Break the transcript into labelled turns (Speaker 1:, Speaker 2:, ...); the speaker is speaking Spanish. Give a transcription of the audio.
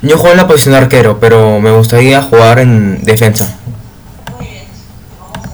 Speaker 1: Yo juego en la posición de arquero, pero me gustaría jugar en defensa.